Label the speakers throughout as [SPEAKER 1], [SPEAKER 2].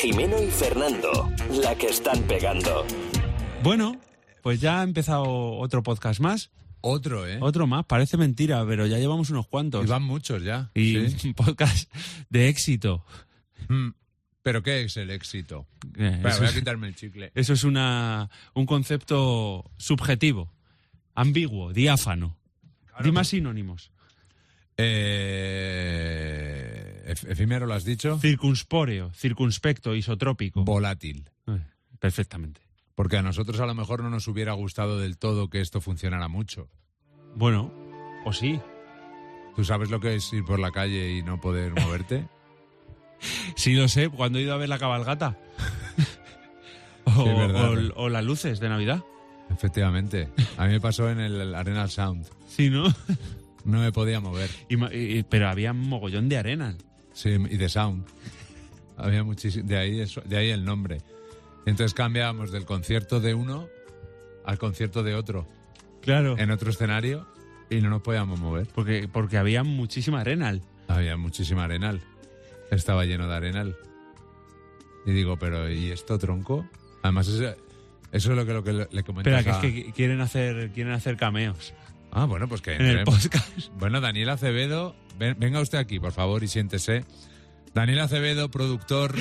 [SPEAKER 1] Jimeno y Fernando, la que están pegando.
[SPEAKER 2] Bueno, pues ya ha empezado otro podcast más.
[SPEAKER 3] Otro, ¿eh?
[SPEAKER 2] Otro más, parece mentira, pero ya llevamos unos
[SPEAKER 3] Y
[SPEAKER 2] cuantos.
[SPEAKER 3] van muchos ya.
[SPEAKER 2] Y
[SPEAKER 3] Sí.
[SPEAKER 2] un podcast de éxito.
[SPEAKER 3] Mm. ¿Pero qué es el éxito?
[SPEAKER 2] Eh,
[SPEAKER 3] Espera,
[SPEAKER 2] eso, Eh,
[SPEAKER 3] voy a
[SPEAKER 2] es,
[SPEAKER 3] quitarme el chicle.
[SPEAKER 2] eso es una, un concepto subjetivo, ambiguo, diáfano. Di más sinónimos.
[SPEAKER 3] Eh, ef- efímero, ¿lo has dicho?
[SPEAKER 2] Circunspóreo, circunspecto, isotrópico.
[SPEAKER 3] Volátil.
[SPEAKER 2] Eh, Perfectamente.
[SPEAKER 3] Porque a nosotros a lo mejor no nos hubiera gustado del todo que esto funcionara mucho.
[SPEAKER 2] Bueno, o sí.
[SPEAKER 3] ¿Tú sabes lo que es ir por la calle y no poder moverte?
[SPEAKER 2] Sí lo sé, cuando he ido a ver la cabalgata. o,
[SPEAKER 3] Sí, es verdad.
[SPEAKER 2] o- o las luces de Navidad.
[SPEAKER 3] Efectivamente. A mí me pasó en el Arenal Sound.
[SPEAKER 2] Sí, ¿no?
[SPEAKER 3] No me podía mover.
[SPEAKER 2] Y ma- y- y- pero había un mogollón de arena.
[SPEAKER 3] Sí, y de Sound. Había muchísimo. De ahí, eso- de ahí el nombre. Entonces cambiábamos del concierto de uno al concierto de otro.
[SPEAKER 2] Claro.
[SPEAKER 3] en otro escenario y no nos podíamos mover.
[SPEAKER 2] Porque, porque había muchísima arenal.
[SPEAKER 3] Había muchísima arenal. Estaba lleno de arenal. Y digo, pero ¿y esto tronco? Además, eso, eso es lo que, lo que le- le comenté.
[SPEAKER 2] Espera, que es que quieren hacer, quieren hacer cameos
[SPEAKER 3] Ah, bueno, pues que...
[SPEAKER 2] en el
[SPEAKER 3] entremos.
[SPEAKER 2] podcast.
[SPEAKER 3] Bueno, Daniel Acevedo, ven- venga usted aquí, por favor, y siéntese. Daniel Acevedo, productor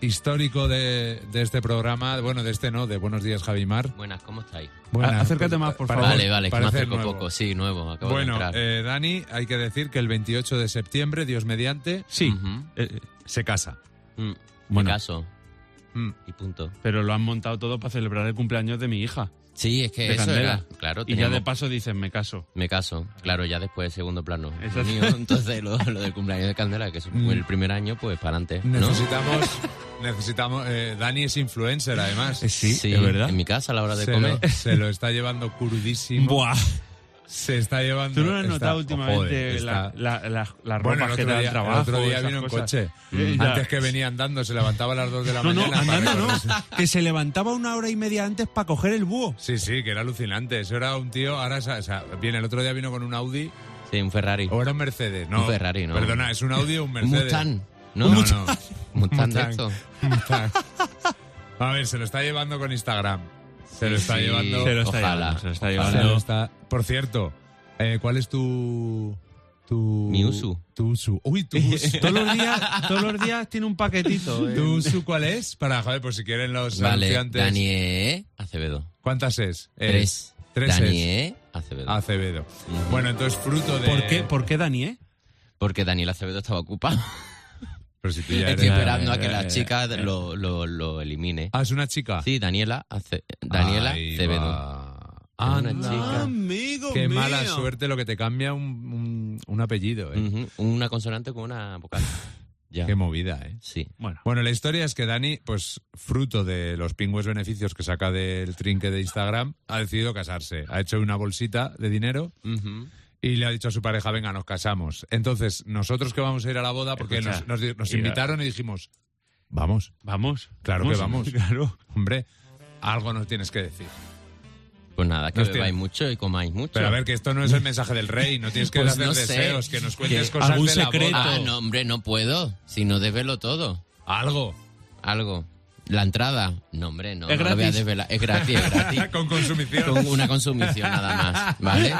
[SPEAKER 3] histórico de, de este programa, bueno, de este no, de Buenos Días, Javimar.
[SPEAKER 4] Buenas, ¿cómo estáis?
[SPEAKER 2] A- acércate más, por favor.
[SPEAKER 4] Vale, vale, que me
[SPEAKER 3] parece
[SPEAKER 4] acerco
[SPEAKER 3] nuevo.
[SPEAKER 4] poco. Sí, nuevo, acabo
[SPEAKER 3] Bueno,
[SPEAKER 4] de entrar.
[SPEAKER 3] eh, Dani, hay que decir que el 28 de septiembre, Dios mediante,
[SPEAKER 2] Sí.
[SPEAKER 4] Ujú.
[SPEAKER 2] Eh, eh,
[SPEAKER 3] se casa.
[SPEAKER 4] Mm,
[SPEAKER 2] bueno.
[SPEAKER 4] me caso
[SPEAKER 3] Mm.
[SPEAKER 4] y punto.
[SPEAKER 2] pero lo han montado todo para celebrar el cumpleaños de mi hija.
[SPEAKER 4] Sí, es que
[SPEAKER 2] De
[SPEAKER 4] eso
[SPEAKER 2] Candela.
[SPEAKER 4] era. Claro,
[SPEAKER 2] Y ya
[SPEAKER 4] teníamos-
[SPEAKER 2] de paso dicen, me caso.
[SPEAKER 4] me caso. Claro, ya después segundo plano.
[SPEAKER 2] Eso-
[SPEAKER 4] Mío, entonces lo, lo del cumpleaños de Candela, que es
[SPEAKER 3] Mm.
[SPEAKER 4] el primer año, pues para adelante. ¿no?
[SPEAKER 3] Necesitamos, necesitamos. eh, Dani es influencer, además.
[SPEAKER 2] Eh, Sí, es verdad.
[SPEAKER 4] En mi casa a la hora de
[SPEAKER 3] se,
[SPEAKER 4] comer.
[SPEAKER 3] Lo, se lo está llevando crudísimo.
[SPEAKER 2] Buah.
[SPEAKER 3] Se está llevando.
[SPEAKER 2] ¿Tú no has
[SPEAKER 3] está-
[SPEAKER 2] notado últimamente
[SPEAKER 3] joder,
[SPEAKER 2] la-
[SPEAKER 3] está-
[SPEAKER 2] la- la- las
[SPEAKER 3] Bueno,
[SPEAKER 2] ropas
[SPEAKER 3] el
[SPEAKER 2] que te
[SPEAKER 3] otro
[SPEAKER 2] dan
[SPEAKER 3] día-
[SPEAKER 2] trabajo?
[SPEAKER 3] El otro día
[SPEAKER 2] esas
[SPEAKER 3] vino en
[SPEAKER 2] cosas?
[SPEAKER 3] coche.
[SPEAKER 2] Eh, ya.
[SPEAKER 3] Antes que venía andando, se levantaba a las 2 de la
[SPEAKER 2] No, no,
[SPEAKER 3] mañana. para
[SPEAKER 2] andando
[SPEAKER 3] recorrerse.
[SPEAKER 2] no. Que se levantaba una hora y media antes para coger el búho.
[SPEAKER 3] Sí, sí, que era alucinante. Eso era un tío. Ahora, o sea, viene el otro día vino con un Audi
[SPEAKER 4] Sí, un Ferrari.
[SPEAKER 3] o era un Mercedes. No,
[SPEAKER 4] Un Ferrari, no.
[SPEAKER 3] Perdona, es un Audi o un
[SPEAKER 4] Un
[SPEAKER 3] Mercedes.
[SPEAKER 4] Mustang.
[SPEAKER 3] No,
[SPEAKER 4] No,
[SPEAKER 3] no.
[SPEAKER 4] Un Mustang de
[SPEAKER 3] Mustang.
[SPEAKER 4] esto.
[SPEAKER 3] Mustang. A ver, se lo está llevando con Instagram. Se lo está
[SPEAKER 4] Sí,
[SPEAKER 3] llevando.
[SPEAKER 2] Se lo está
[SPEAKER 4] Ojalá.
[SPEAKER 2] llevando, se lo está
[SPEAKER 4] Ojalá.
[SPEAKER 2] llevando.
[SPEAKER 3] Se lo está- Por cierto, eh, ¿cuál es tu. tu.
[SPEAKER 4] Mi usu.
[SPEAKER 3] Tu usu. Uy, tu usu.
[SPEAKER 2] todos, los días, todos los días tiene un paquetito. eh.
[SPEAKER 3] ¿Tu usu cuál es? Para, joder, por si quieren los
[SPEAKER 4] Vale,
[SPEAKER 3] anunciantes.
[SPEAKER 4] Daniel Acevedo.
[SPEAKER 3] ¿Cuántas es? Eh,
[SPEAKER 4] Tres.
[SPEAKER 3] Tres es.
[SPEAKER 4] Daniel Acevedo.
[SPEAKER 3] Acevedo.
[SPEAKER 4] Ujú.
[SPEAKER 3] Bueno, entonces fruto de.
[SPEAKER 2] ¿Por qué, ¿Por qué eh? Daniel?
[SPEAKER 4] Porque Daniel Acevedo estaba ocupado.
[SPEAKER 3] Pero si tú ya
[SPEAKER 4] Estoy
[SPEAKER 3] eres-
[SPEAKER 4] esperando a que
[SPEAKER 2] ya,
[SPEAKER 4] la
[SPEAKER 2] ya,
[SPEAKER 4] chica lo, lo, lo elimine.
[SPEAKER 3] Ah, es una chica.
[SPEAKER 4] Sí, Daniela, Ace- Daniela
[SPEAKER 3] Ahí
[SPEAKER 4] Acevedo.
[SPEAKER 3] va.
[SPEAKER 4] Es una
[SPEAKER 3] Anda.
[SPEAKER 4] chica.
[SPEAKER 2] Ah, Amigo
[SPEAKER 3] Qué
[SPEAKER 2] mío.
[SPEAKER 3] mala suerte lo que te cambia un, un- un apellido, ¿eh?
[SPEAKER 4] Ujú, Una consonante con una vocal. ya.
[SPEAKER 3] Qué movida, ¿eh?
[SPEAKER 4] Sí.
[SPEAKER 2] Bueno,
[SPEAKER 3] Bueno, la historia es que Dani, pues fruto de los pingües beneficios que saca del trinque de Instagram, ha decidido casarse. Ha hecho una bolsita de dinero
[SPEAKER 4] Ujú.
[SPEAKER 3] y le ha dicho a su pareja, venga, nos casamos. Entonces, nosotros que vamos a ir a la boda, porque
[SPEAKER 2] Escucha,
[SPEAKER 3] nos, nos di- nos
[SPEAKER 2] mira.
[SPEAKER 3] invitaron y dijimos, vamos,
[SPEAKER 2] vamos.
[SPEAKER 3] Claro que vamos.
[SPEAKER 2] Claro.
[SPEAKER 3] hombre, algo nos tienes que decir.
[SPEAKER 4] Pues nada, que
[SPEAKER 3] Hostia.
[SPEAKER 4] bebáis mucho y comáis mucho.
[SPEAKER 3] Pero a ver, que esto no es el mensaje del rey, no tienes que
[SPEAKER 4] Pues
[SPEAKER 3] hacer
[SPEAKER 4] no sé.
[SPEAKER 3] deseos, que nos cuentes
[SPEAKER 4] Que
[SPEAKER 3] cosas
[SPEAKER 2] algún
[SPEAKER 3] de la
[SPEAKER 2] secreto.
[SPEAKER 3] boda.
[SPEAKER 4] Ah, no, hombre, no puedo. Si no desvelo todo.
[SPEAKER 3] Algo.
[SPEAKER 4] Algo. La entrada. No, hombre, no.
[SPEAKER 2] Es
[SPEAKER 4] no lo voy a
[SPEAKER 2] gratis.
[SPEAKER 4] desvelar. Es gratis, es gratis.
[SPEAKER 3] Con consumición.
[SPEAKER 4] Con una consumición nada más, ¿vale?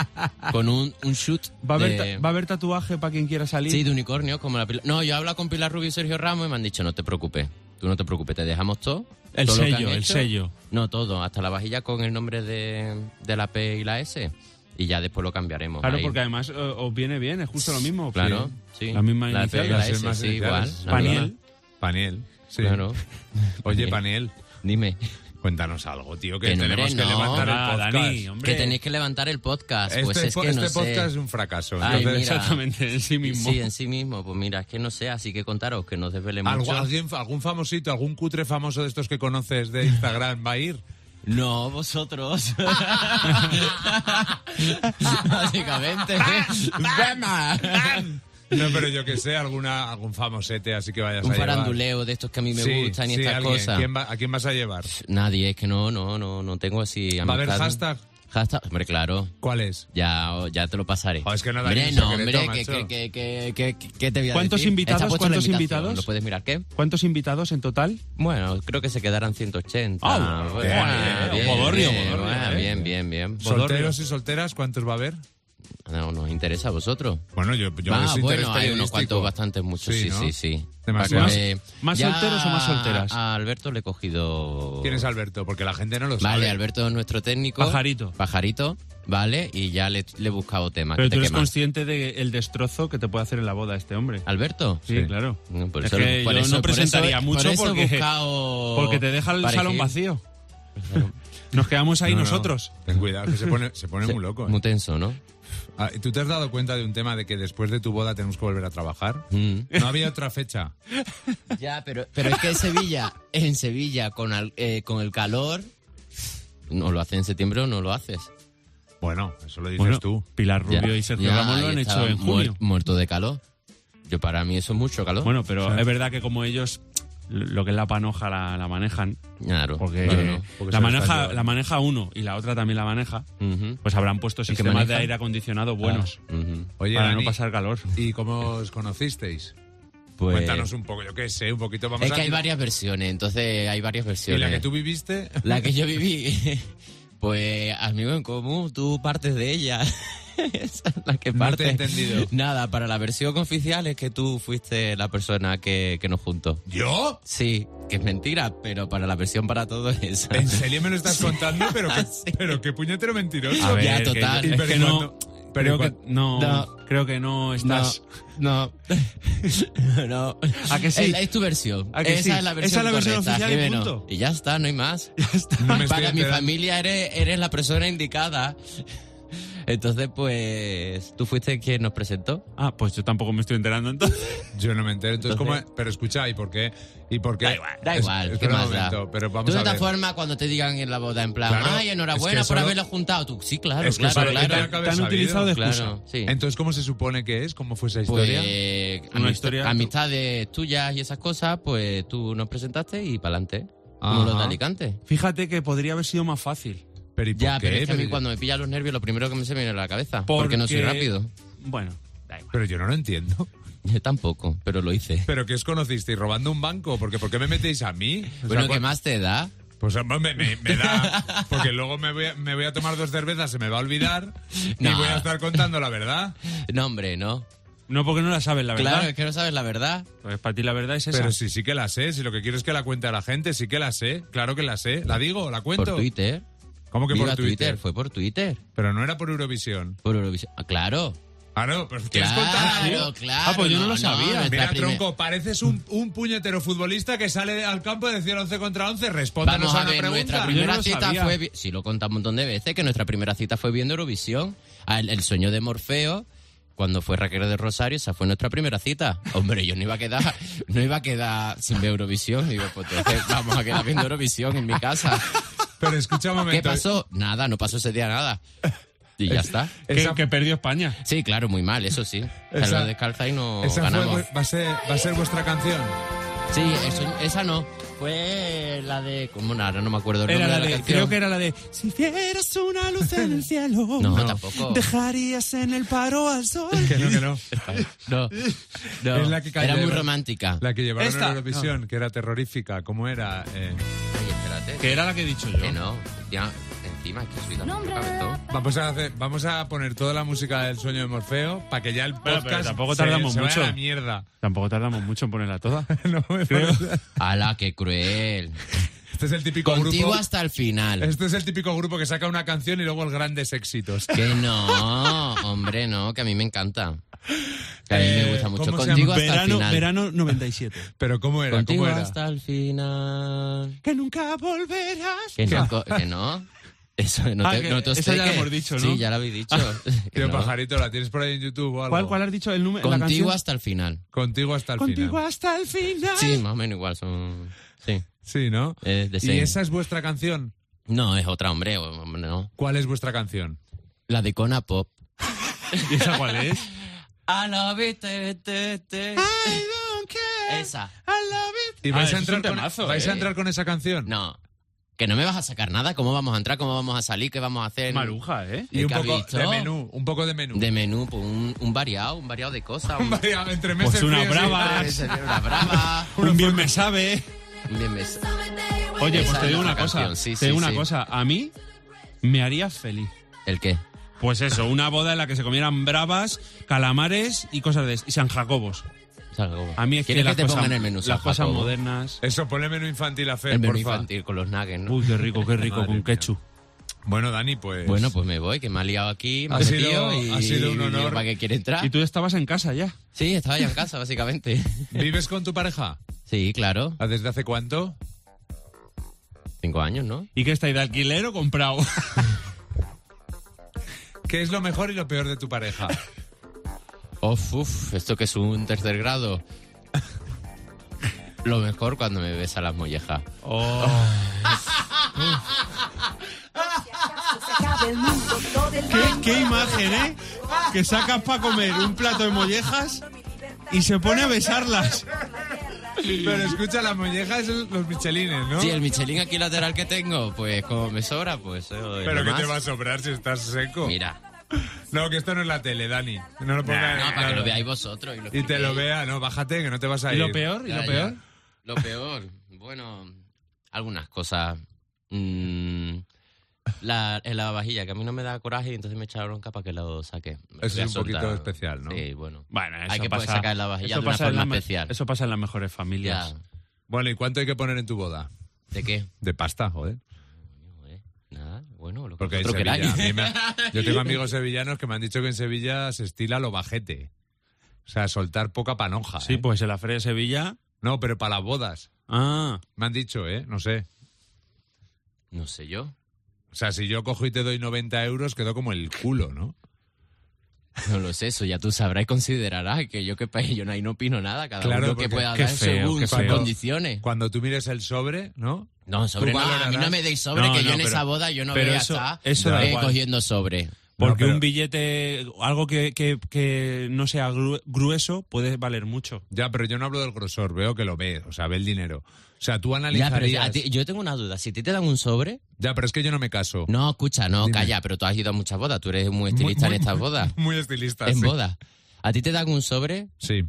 [SPEAKER 4] Con un, un shoot
[SPEAKER 2] ¿Va a, haber,
[SPEAKER 4] de-
[SPEAKER 2] ta- va a haber tatuaje para quien quiera salir?
[SPEAKER 4] Sí, de unicornio, como la Pilar. No, yo he hablado con Pilar Rubio y Sergio Ramos y me han dicho, no te preocupes, tú no te preocupes, te dejamos todo.
[SPEAKER 2] El
[SPEAKER 4] todo lo que
[SPEAKER 2] sello,
[SPEAKER 4] han
[SPEAKER 2] el
[SPEAKER 4] hecho".
[SPEAKER 2] sello.
[SPEAKER 4] No, todo, hasta la vajilla con el nombre de, de la P y la S. Y ya después lo cambiaremos.
[SPEAKER 2] Claro,
[SPEAKER 4] ahí.
[SPEAKER 2] porque además eh, os viene bien, es justo lo mismo. pues,
[SPEAKER 4] Claro,
[SPEAKER 2] Sí.
[SPEAKER 4] sí.
[SPEAKER 2] La misma
[SPEAKER 4] La P y
[SPEAKER 2] inicial.
[SPEAKER 4] la
[SPEAKER 3] Las
[SPEAKER 4] S,
[SPEAKER 3] mismas
[SPEAKER 4] sí, igual.
[SPEAKER 3] iniciales.
[SPEAKER 4] la
[SPEAKER 2] Paniel.
[SPEAKER 4] misma.
[SPEAKER 3] Paniel. Sí.
[SPEAKER 4] Claro.
[SPEAKER 3] Oye, Paniel.
[SPEAKER 4] Dime,
[SPEAKER 3] Cuéntanos algo, tío, que,
[SPEAKER 4] Que no,
[SPEAKER 3] tenemos
[SPEAKER 4] hombre,
[SPEAKER 3] que
[SPEAKER 4] no.
[SPEAKER 3] levantar
[SPEAKER 2] Ah,
[SPEAKER 3] el podcast.
[SPEAKER 2] Dani, hombre.
[SPEAKER 4] que tenéis que levantar el podcast.
[SPEAKER 3] Este,
[SPEAKER 4] Pues es
[SPEAKER 3] po-
[SPEAKER 4] que no
[SPEAKER 3] este
[SPEAKER 4] sé.
[SPEAKER 3] podcast es un fracaso.
[SPEAKER 4] Ay,
[SPEAKER 3] entonces-
[SPEAKER 4] mira.
[SPEAKER 2] Exactamente, en sí mismo.
[SPEAKER 4] Sí, en sí mismo. Pues mira, es que no sé, así que contaros que nos desvele
[SPEAKER 3] ¿Algu-
[SPEAKER 4] mucho.
[SPEAKER 3] alguien- ¿Algún famosito, algún cutre famoso de estos que conoces de Instagram va a ir?
[SPEAKER 4] No, vosotros. Básicamente.
[SPEAKER 3] No, pero yo que sé, alguna, algún famosete así que vayas
[SPEAKER 4] Un
[SPEAKER 3] a llevar.
[SPEAKER 4] faranduleo de estos que a mí me
[SPEAKER 3] Sí,
[SPEAKER 4] gustan y
[SPEAKER 3] sí,
[SPEAKER 4] estas
[SPEAKER 3] alguien.
[SPEAKER 4] cosas.
[SPEAKER 3] ¿Quién va- ¿A quién vas a llevar?
[SPEAKER 4] Nadie, es que no, no, no, no tengo así
[SPEAKER 3] ¿Va a haber
[SPEAKER 4] amistad.
[SPEAKER 3] hashtag?
[SPEAKER 4] Hashtag, hombre, claro.
[SPEAKER 3] ¿Cuál es?
[SPEAKER 4] Ya, ya te lo pasaré.
[SPEAKER 3] Joder, Oh, es que no daría un
[SPEAKER 4] hombre, no,
[SPEAKER 3] secreto,
[SPEAKER 4] hombre, que,
[SPEAKER 3] macho.
[SPEAKER 4] que, que, que, que- que- que te voy a
[SPEAKER 2] ¿Cuántos
[SPEAKER 4] decir?
[SPEAKER 2] invitados,
[SPEAKER 4] Está puesto en la
[SPEAKER 2] cuántos
[SPEAKER 4] invitación,
[SPEAKER 2] invitados?
[SPEAKER 4] ¿Lo puedes mirar qué?
[SPEAKER 2] ¿Cuántos invitados en total?
[SPEAKER 4] Bueno, creo que se quedarán 180.
[SPEAKER 2] Ah, bueno,
[SPEAKER 4] Bueno,
[SPEAKER 2] bien,
[SPEAKER 4] bien,
[SPEAKER 2] bodorrio,
[SPEAKER 4] bien,
[SPEAKER 2] bodorrio,
[SPEAKER 4] bueno,
[SPEAKER 2] eh.
[SPEAKER 4] bien, bien, bien. Ah,
[SPEAKER 3] ¿Solteros y solteras cuántos va a haber?
[SPEAKER 4] No, nos interesa a vosotros.
[SPEAKER 3] Bueno, yo, yo
[SPEAKER 4] ah,
[SPEAKER 3] es interés
[SPEAKER 4] bueno, hay
[SPEAKER 3] periodístico.
[SPEAKER 4] unos cuantos bastante muchos, sí,
[SPEAKER 3] Sí, ¿no?
[SPEAKER 4] sí, sí.
[SPEAKER 3] Demasiado.
[SPEAKER 4] Para que-
[SPEAKER 2] ¿Más
[SPEAKER 4] ya
[SPEAKER 2] solteros o más solteras?
[SPEAKER 4] A Alberto le he cogido...
[SPEAKER 3] ¿Quién es Alberto? Porque la gente no lo sabe.
[SPEAKER 4] Vale, Alberto es nuestro técnico.
[SPEAKER 2] Pajarito.
[SPEAKER 4] Pajarito, vale, y ya le, le he buscado temas.
[SPEAKER 2] Pero
[SPEAKER 4] que
[SPEAKER 2] tú
[SPEAKER 4] te
[SPEAKER 2] eres
[SPEAKER 4] queman.
[SPEAKER 2] consciente del destrozo que te puede hacer en la boda este hombre.
[SPEAKER 4] ¿Alberto?
[SPEAKER 2] Sí,
[SPEAKER 3] Sí.
[SPEAKER 2] claro.
[SPEAKER 4] Ah, No, por
[SPEAKER 2] Es
[SPEAKER 4] eso-
[SPEAKER 2] que
[SPEAKER 4] por
[SPEAKER 2] yo
[SPEAKER 4] eso-
[SPEAKER 2] no
[SPEAKER 4] por eso-
[SPEAKER 2] presentaría
[SPEAKER 4] por
[SPEAKER 2] mucho
[SPEAKER 4] eso he
[SPEAKER 2] porque-
[SPEAKER 4] buscado
[SPEAKER 2] Porque te deja el
[SPEAKER 4] parecido.
[SPEAKER 2] salón vacío. Nos quedamos ahí
[SPEAKER 3] No, no.
[SPEAKER 2] nosotros.
[SPEAKER 3] Ten cuidado, que se pone, se pone
[SPEAKER 4] Sí,
[SPEAKER 3] muy loco. ¿eh?
[SPEAKER 4] Muy tenso, ¿no?
[SPEAKER 3] Ah, ¿Tú te has dado cuenta de un tema de que después de tu boda tenemos que volver a trabajar?
[SPEAKER 4] Mm.
[SPEAKER 3] No había otra fecha.
[SPEAKER 4] Ya, pero, pero es que en Sevilla, en Sevilla, con, al- eh, con el calor, no lo haces en septiembre o no lo haces.
[SPEAKER 3] Bueno, eso lo dices
[SPEAKER 2] Bueno,
[SPEAKER 3] tú.
[SPEAKER 2] Pilar
[SPEAKER 4] Ya,
[SPEAKER 2] Rubio y Sergio
[SPEAKER 4] ya,
[SPEAKER 2] Ramos lo
[SPEAKER 4] ahí
[SPEAKER 2] han hecho
[SPEAKER 4] estaba
[SPEAKER 2] en junio.
[SPEAKER 4] muer- muerto de calor. Yo para mí eso es mucho calor.
[SPEAKER 2] Bueno, pero es verdad que como ellos lo que es la panoja la, la manejan,
[SPEAKER 4] claro.
[SPEAKER 2] porque, eh,
[SPEAKER 4] claro, no.
[SPEAKER 2] la,
[SPEAKER 3] porque se lo están
[SPEAKER 2] maneja,
[SPEAKER 3] llevando.
[SPEAKER 2] la maneja uno y la otra también la maneja,
[SPEAKER 4] Ujú.
[SPEAKER 2] pues habrán puesto
[SPEAKER 4] que
[SPEAKER 2] sistemas de
[SPEAKER 4] maneja?
[SPEAKER 2] aire acondicionado buenos
[SPEAKER 4] Ah, ujú.
[SPEAKER 3] Oye,
[SPEAKER 2] para
[SPEAKER 3] Dani,
[SPEAKER 2] no pasar calor.
[SPEAKER 3] ¿y cómo os conocisteis?
[SPEAKER 4] Pues-
[SPEAKER 3] Cuéntanos un poco, yo qué sé, un poquito. Vamos
[SPEAKER 4] Es
[SPEAKER 3] a...
[SPEAKER 4] que hay varias versiones, entonces hay varias
[SPEAKER 3] ¿Y
[SPEAKER 4] versiones.
[SPEAKER 3] la que tú viviste?
[SPEAKER 4] La que yo viví, pues amigo en común, tú partes de ella. Esa es la que
[SPEAKER 3] No
[SPEAKER 4] parte.
[SPEAKER 3] te he entendido.
[SPEAKER 4] Nada, para la versión oficial es que tú fuiste la persona que, que nos juntó.
[SPEAKER 3] ¿Yo?
[SPEAKER 4] Sí, que es mentira, pero para la versión para todos es esa.
[SPEAKER 3] ¿En serio me lo estás contando? Pero qué,
[SPEAKER 4] Sí.
[SPEAKER 3] pero qué puñetero mentiroso.
[SPEAKER 4] A ver,
[SPEAKER 2] es
[SPEAKER 4] ya,
[SPEAKER 2] que-
[SPEAKER 4] total.
[SPEAKER 2] es
[SPEAKER 3] Y
[SPEAKER 2] que,
[SPEAKER 3] pero en
[SPEAKER 2] no,
[SPEAKER 3] cuanto- pero
[SPEAKER 2] creo
[SPEAKER 3] en
[SPEAKER 2] que
[SPEAKER 3] cuan-
[SPEAKER 2] no,
[SPEAKER 4] No.
[SPEAKER 2] creo que no estás.
[SPEAKER 4] No, no. no.
[SPEAKER 2] ¿A que sí?
[SPEAKER 4] Es, la- es tu versión.
[SPEAKER 2] ¿A que
[SPEAKER 4] Esa
[SPEAKER 2] sí?
[SPEAKER 4] es la versión,
[SPEAKER 2] Esa es la versión
[SPEAKER 4] correcta,
[SPEAKER 2] oficial y
[SPEAKER 4] Jimeno.
[SPEAKER 2] punto.
[SPEAKER 4] Y ya está, no hay más.
[SPEAKER 3] No me estoy
[SPEAKER 4] Para mi
[SPEAKER 3] enterando.
[SPEAKER 4] familia eres, eres la persona indicada. Entonces, pues, tú fuiste quien nos presentó.
[SPEAKER 2] Ah, pues yo tampoco me estoy enterando entonces.
[SPEAKER 3] Yo no me entero. Entonces, ¿cómo es? Pero escucha, ¿y por qué? ¿Y por qué?
[SPEAKER 4] Da igual, da
[SPEAKER 3] Es-
[SPEAKER 4] igual. ¿Qué
[SPEAKER 3] espera un
[SPEAKER 4] más da?
[SPEAKER 3] momento, pero
[SPEAKER 4] tú
[SPEAKER 3] vamos
[SPEAKER 4] de
[SPEAKER 3] a
[SPEAKER 4] esta
[SPEAKER 3] ver.
[SPEAKER 4] forma, cuando te digan en la boda, en plan,
[SPEAKER 3] Claro,
[SPEAKER 4] ay, enhorabuena
[SPEAKER 3] es que
[SPEAKER 4] por
[SPEAKER 3] solo-
[SPEAKER 4] haberlo juntado. Tú, sí, claro,
[SPEAKER 3] Es que
[SPEAKER 4] claro,
[SPEAKER 3] solo
[SPEAKER 4] claro.
[SPEAKER 3] tenía que
[SPEAKER 2] Te
[SPEAKER 3] haber
[SPEAKER 2] han
[SPEAKER 3] sabido.
[SPEAKER 2] utilizado de excusa.
[SPEAKER 4] Claro, sí.
[SPEAKER 3] Entonces, ¿cómo se supone que es? ¿Cómo fue esa
[SPEAKER 4] Pues,
[SPEAKER 3] historia?
[SPEAKER 2] Una
[SPEAKER 4] amist-
[SPEAKER 2] historia-
[SPEAKER 4] amistades tuyas y esas cosas, pues tú nos presentaste y para adelante. Como los de
[SPEAKER 3] Ajá.
[SPEAKER 4] Alicante.
[SPEAKER 2] Fíjate que podría haber sido más fácil.
[SPEAKER 3] pero ¿y por
[SPEAKER 4] Ya,
[SPEAKER 3] qué?
[SPEAKER 4] pero es que a mí
[SPEAKER 3] yo-
[SPEAKER 4] cuando me pilla los nervios lo primero que me se me viene a la cabeza. Porque, no soy rápido.
[SPEAKER 2] Bueno,
[SPEAKER 3] pero yo no lo entiendo.
[SPEAKER 4] Yo tampoco, pero lo hice.
[SPEAKER 3] ¿Pero qué os conocisteis? ¿Robando un banco? Porque ¿por qué me metéis a mí? O sea,
[SPEAKER 4] Bueno, ¿qué
[SPEAKER 3] cu-
[SPEAKER 4] más te da?
[SPEAKER 3] Pues hombre, me, me- me da... Porque luego me voy, a, me voy a tomar dos cervezas, se me va a olvidar y
[SPEAKER 4] No.
[SPEAKER 3] voy a estar contando la verdad.
[SPEAKER 4] No, hombre, no.
[SPEAKER 2] no porque no la sabes la verdad.
[SPEAKER 4] Claro, es que no sabes la verdad.
[SPEAKER 2] Pues para ti la verdad es esa.
[SPEAKER 3] Pero sí, sí que la sé. Si lo que quiero es que la cuente a la gente, sí que la sé. Claro que la sé. ¿La digo? ¿La cuento?
[SPEAKER 4] Por Twitter.
[SPEAKER 3] ¿Cómo que
[SPEAKER 4] Viva
[SPEAKER 3] por Twitter?
[SPEAKER 4] Fue por Twitter.
[SPEAKER 3] Pero no era por Eurovisión.
[SPEAKER 4] Por Eurovisión. Ah, claro.
[SPEAKER 3] Ah, no, pero ¿quieres contar algo?
[SPEAKER 4] Claro, claro.
[SPEAKER 2] Ah, pues yo no lo sabía.
[SPEAKER 4] nuestra
[SPEAKER 3] Mira,
[SPEAKER 4] primer-
[SPEAKER 3] tronco, pareces un, un puñetero futbolista que sale al campo de decir 11 contra 11. Respóndanos
[SPEAKER 4] Vamos a
[SPEAKER 3] a una
[SPEAKER 4] ver, nuestra
[SPEAKER 3] pregunta.
[SPEAKER 2] Yo no
[SPEAKER 4] primera
[SPEAKER 2] lo
[SPEAKER 4] cita
[SPEAKER 2] sabía.
[SPEAKER 4] fue... vi- Sí, lo he contado un montón de veces, que nuestra primera cita fue viendo Eurovisión, al- el, sueño de Morfeo, cuando fue Raquel de Rosario, esa fue nuestra primera cita. Hombre, yo no iba a quedar, no iba a quedar sin ver Eurovisión. Digo, pues entonces vamos a quedar viendo Eurovisión en mi casa.
[SPEAKER 3] Pero escucha un momento.
[SPEAKER 4] ¿Qué pasó? Nada, no pasó ese día nada. Y ya está.
[SPEAKER 2] que,
[SPEAKER 3] esa-
[SPEAKER 2] que perdió España.
[SPEAKER 4] Sí, claro, muy mal, eso sí.
[SPEAKER 3] Esa-
[SPEAKER 4] Salvo descalza y no
[SPEAKER 3] Esa fue
[SPEAKER 4] ganamos.
[SPEAKER 3] vu- va, a ser, va a ser vuestra canción.
[SPEAKER 4] Sí, eso- esa no. Fue la de... ¿Cómo? No, ahora no me acuerdo el
[SPEAKER 2] Era
[SPEAKER 4] nombre
[SPEAKER 2] la
[SPEAKER 4] de la
[SPEAKER 2] de,
[SPEAKER 4] canción.
[SPEAKER 2] creo que era la de Si vieras una luz en el cielo
[SPEAKER 4] No, tampoco.
[SPEAKER 2] Dejarías en el paro al sol
[SPEAKER 3] Que no, que no.
[SPEAKER 4] No, no.
[SPEAKER 3] Es la que cayó
[SPEAKER 4] era muy
[SPEAKER 3] de-
[SPEAKER 4] romántica.
[SPEAKER 3] La que llevaron
[SPEAKER 2] Esta.
[SPEAKER 3] a Eurovisión, que era terrorífica. ¿Cómo era? Eh,
[SPEAKER 4] Ay, espérate.
[SPEAKER 2] Que era la que he dicho yo
[SPEAKER 4] Que no. Ya, encima, que soy tan cabezón.
[SPEAKER 3] Vamos a, hacer, vamos a poner toda la música del sueño de Morfeo para que ya el
[SPEAKER 2] pero
[SPEAKER 3] podcast
[SPEAKER 2] tampoco
[SPEAKER 3] se-
[SPEAKER 2] tardamos
[SPEAKER 3] se vaya
[SPEAKER 2] mucho.
[SPEAKER 3] a la mierda.
[SPEAKER 2] Tampoco tardamos mucho en ponerla toda
[SPEAKER 3] No me parece-
[SPEAKER 4] Ala, qué cruel.
[SPEAKER 3] Este es el típico
[SPEAKER 4] Contigo
[SPEAKER 3] grupo.
[SPEAKER 4] hasta el final.
[SPEAKER 3] Este es el típico grupo que saca una canción y luego el grandes éxitos.
[SPEAKER 4] Que no, hombre, no, que a mí me encanta. Que a mí
[SPEAKER 3] Eh,
[SPEAKER 4] me gusta mucho.
[SPEAKER 3] ¿cómo se
[SPEAKER 4] Contigo
[SPEAKER 3] llama?
[SPEAKER 4] hasta
[SPEAKER 2] verano,
[SPEAKER 4] el final.
[SPEAKER 2] verano 97
[SPEAKER 3] Pero ¿cómo era?
[SPEAKER 4] Contigo
[SPEAKER 3] ¿Cómo era?
[SPEAKER 4] hasta el final.
[SPEAKER 2] Que nunca volverás
[SPEAKER 4] Que no, co- que no. Eso no
[SPEAKER 2] Ah,
[SPEAKER 4] te,
[SPEAKER 2] que
[SPEAKER 4] no te
[SPEAKER 2] esa
[SPEAKER 4] obsteques.
[SPEAKER 2] ya la hemos dicho, ¿no?
[SPEAKER 4] Sí, ya lo habéis dicho. Que
[SPEAKER 3] Tío, ¿eh?
[SPEAKER 4] no.
[SPEAKER 3] pajarito, ¿la tienes por ahí en YouTube o algo?
[SPEAKER 2] ¿Cuál, cuál has dicho? El número, la
[SPEAKER 4] Contigo
[SPEAKER 2] canción
[SPEAKER 4] hasta el final.
[SPEAKER 3] Contigo hasta el
[SPEAKER 2] Contigo
[SPEAKER 3] final.
[SPEAKER 2] hasta el final
[SPEAKER 4] Sí, más o menos igual son. Sí.
[SPEAKER 3] Sí, ¿no?
[SPEAKER 4] Eh, the
[SPEAKER 3] ¿Y
[SPEAKER 4] same.
[SPEAKER 3] esa es vuestra canción?
[SPEAKER 4] No, es otra, hombre, hombre, no.
[SPEAKER 3] ¿Cuál es vuestra canción?
[SPEAKER 4] La de Cona Pop.
[SPEAKER 2] ¿Y esa cuál es?
[SPEAKER 4] Ah, no, viste, te, te.
[SPEAKER 2] I don't care
[SPEAKER 4] Ah. Esa.
[SPEAKER 2] I love it
[SPEAKER 3] ¿Y
[SPEAKER 2] Ah,
[SPEAKER 3] vais,
[SPEAKER 2] eso
[SPEAKER 3] a,
[SPEAKER 2] es
[SPEAKER 3] entrar
[SPEAKER 2] un temazo,
[SPEAKER 3] con, vais a
[SPEAKER 2] eh.
[SPEAKER 3] entrar con esa canción?
[SPEAKER 4] No. Que no me vas a sacar nada, cómo vamos a entrar, cómo vamos a salir, qué vamos a hacer.
[SPEAKER 2] Maruja, ¿eh?
[SPEAKER 3] Y un
[SPEAKER 4] ¿Qué has
[SPEAKER 3] poco
[SPEAKER 4] visto?
[SPEAKER 3] de menú, un poco de menú.
[SPEAKER 4] De menú, pues un, un variado, un variado de cosas. Un,
[SPEAKER 3] María, entre meses
[SPEAKER 2] Pues una
[SPEAKER 3] fríos y-
[SPEAKER 2] brava,
[SPEAKER 4] una brava.
[SPEAKER 2] un bien me sabe. ¿eh?
[SPEAKER 4] Bien, me-
[SPEAKER 2] Oye,
[SPEAKER 4] Esa
[SPEAKER 2] pues te
[SPEAKER 4] es
[SPEAKER 2] digo
[SPEAKER 4] la
[SPEAKER 2] una cosa,
[SPEAKER 4] canción, sí,
[SPEAKER 2] te digo
[SPEAKER 4] sí,
[SPEAKER 2] una
[SPEAKER 4] sí.
[SPEAKER 2] cosa, a mí me haría feliz.
[SPEAKER 4] ¿El qué?
[SPEAKER 2] Pues eso, una boda en la que se comieran bravas, calamares y cosas de y San Jacobos.
[SPEAKER 4] O sea, como-
[SPEAKER 2] A mí es que,
[SPEAKER 4] ¿Quieres
[SPEAKER 2] las
[SPEAKER 4] te
[SPEAKER 2] cosas,
[SPEAKER 4] pongan el menú, San
[SPEAKER 2] las cosas
[SPEAKER 4] Jacobo?
[SPEAKER 2] modernas.
[SPEAKER 3] Eso, ponle menú infantil a Fer,
[SPEAKER 4] El menú
[SPEAKER 3] porfa.
[SPEAKER 4] infantil con los nuggets, ¿no?
[SPEAKER 2] Uy, qué rico, qué rico
[SPEAKER 3] Madre
[SPEAKER 2] con
[SPEAKER 3] mía.
[SPEAKER 2] ketchup.
[SPEAKER 3] Bueno, Dani, pues...
[SPEAKER 4] Bueno, pues me voy, que me ha liado aquí, me
[SPEAKER 3] Ha
[SPEAKER 4] ha
[SPEAKER 3] sido-
[SPEAKER 4] metido y
[SPEAKER 3] ha sido un
[SPEAKER 4] y
[SPEAKER 3] honor.
[SPEAKER 4] para que quiere entrar.
[SPEAKER 2] Y tú estabas en casa ya.
[SPEAKER 4] Sí, estaba ya en casa, básicamente.
[SPEAKER 3] ¿Vives con tu pareja?
[SPEAKER 4] Sí, claro.
[SPEAKER 3] ¿Ah, ¿Desde hace cuánto?
[SPEAKER 4] Cinco años, ¿no?
[SPEAKER 2] ¿Y qué estáis de alquiler o comprado?
[SPEAKER 3] ¿Qué es lo mejor y lo peor de tu pareja?
[SPEAKER 4] Uf, uf, esto que es un tercer grado. Lo mejor cuando me besa las mollejas.
[SPEAKER 2] ¿Qué, qué imagen, eh? Que sacas para comer un plato de mollejas y se pone a besarlas.
[SPEAKER 3] Pero escucha, las mollejas son los michelines, ¿no?
[SPEAKER 4] Sí, el Michelin aquí lateral que tengo, pues como me sobra, pues. eh,
[SPEAKER 3] Pero
[SPEAKER 4] lo
[SPEAKER 3] que
[SPEAKER 4] más.
[SPEAKER 3] te va a sobrar si estás seco.
[SPEAKER 4] Mira.
[SPEAKER 3] No, que esto no es la tele, Dani. No lo pongas.
[SPEAKER 4] no, para que
[SPEAKER 3] nada.
[SPEAKER 4] lo veáis vosotros. Y, lo
[SPEAKER 3] Eh, Y te lo
[SPEAKER 4] expliquéis.
[SPEAKER 3] vea, no, bájate, que no te vas a
[SPEAKER 2] ¿Y
[SPEAKER 3] ir.
[SPEAKER 2] lo peor? ¿Y
[SPEAKER 4] Ya,
[SPEAKER 2] lo
[SPEAKER 4] ya.
[SPEAKER 2] peor?
[SPEAKER 4] Lo peor. Bueno, algunas cosas. Mm, la, el lavavajilla, que a mí no me da coraje y entonces me echa bronca para que lo saque. Me
[SPEAKER 3] Eso
[SPEAKER 4] voy a
[SPEAKER 3] es un poquito
[SPEAKER 4] soltar.
[SPEAKER 3] especial, ¿no?
[SPEAKER 4] Sí, bueno.
[SPEAKER 2] Bueno, eso
[SPEAKER 4] Hay que poder
[SPEAKER 2] pasa,
[SPEAKER 4] sacar la vajilla
[SPEAKER 2] eso
[SPEAKER 4] de una
[SPEAKER 2] pasa en
[SPEAKER 4] forma
[SPEAKER 2] las me-
[SPEAKER 4] especial.
[SPEAKER 2] Eso pasa en las mejores
[SPEAKER 4] Ya.
[SPEAKER 2] familias.
[SPEAKER 3] Bueno, ¿y cuánto hay que poner en tu boda?
[SPEAKER 4] ¿De qué?
[SPEAKER 3] De pasta, joder.
[SPEAKER 4] No, eh. Nada, bueno, lo que
[SPEAKER 3] Porque en
[SPEAKER 4] vosotros
[SPEAKER 3] Sevilla,
[SPEAKER 4] queráis.
[SPEAKER 3] a mí me- yo tengo amigos sevillanos que me han dicho que en Sevilla se estila lo bajete. O sea, soltar poca panoja.
[SPEAKER 2] Sí,
[SPEAKER 3] ¿eh?
[SPEAKER 2] pues en la Feria de Sevilla.
[SPEAKER 3] No, pero para las bodas.
[SPEAKER 2] Ah,
[SPEAKER 3] Me han dicho, ¿eh? No sé.
[SPEAKER 4] No sé yo.
[SPEAKER 3] O sea, si yo cojo y te doy 90 euros, quedó como el culo, ¿no?
[SPEAKER 4] No lo sé, eso ya tú sabrás y considerarás que yo que pa- yo no- ahí no opino nada, cada
[SPEAKER 3] Claro,
[SPEAKER 4] uno que
[SPEAKER 3] porque-
[SPEAKER 4] pueda
[SPEAKER 2] qué
[SPEAKER 4] dar
[SPEAKER 2] feo,
[SPEAKER 4] según
[SPEAKER 2] qué
[SPEAKER 4] sus
[SPEAKER 2] feo.
[SPEAKER 4] condiciones.
[SPEAKER 3] Cuando tú mires el sobre, ¿no?
[SPEAKER 4] No, sobre
[SPEAKER 3] Tú
[SPEAKER 4] no, a mí
[SPEAKER 3] valorarás.
[SPEAKER 4] no me deis sobre,
[SPEAKER 2] No,
[SPEAKER 4] que
[SPEAKER 2] no,
[SPEAKER 4] yo en
[SPEAKER 2] pero-
[SPEAKER 4] esa boda yo no
[SPEAKER 2] pero
[SPEAKER 4] voy a
[SPEAKER 2] eso-
[SPEAKER 4] estar
[SPEAKER 2] eso da
[SPEAKER 4] eh,
[SPEAKER 2] igual.
[SPEAKER 4] cogiendo sobre.
[SPEAKER 2] porque
[SPEAKER 3] No, pero-
[SPEAKER 2] un billete, algo que, que- que no sea gru- grueso, puede valer mucho.
[SPEAKER 3] Ya, pero yo no hablo del grosor, veo que lo ve, o sea, ve el dinero. O sea, tú
[SPEAKER 4] Ya, pero
[SPEAKER 3] analizarías...
[SPEAKER 4] a ti- yo tengo una duda, si a ti te dan un sobre,
[SPEAKER 3] Ya, pero es que yo no me caso.
[SPEAKER 4] no, escucha, no,
[SPEAKER 3] Dime.
[SPEAKER 4] calla, pero tú has ido a muchas bodas, tú eres un estilista
[SPEAKER 3] muy-
[SPEAKER 4] en estas bodas,
[SPEAKER 3] Muy estilista,
[SPEAKER 4] en
[SPEAKER 3] sí.
[SPEAKER 4] bodas. A ti te dan un sobre
[SPEAKER 3] Sí,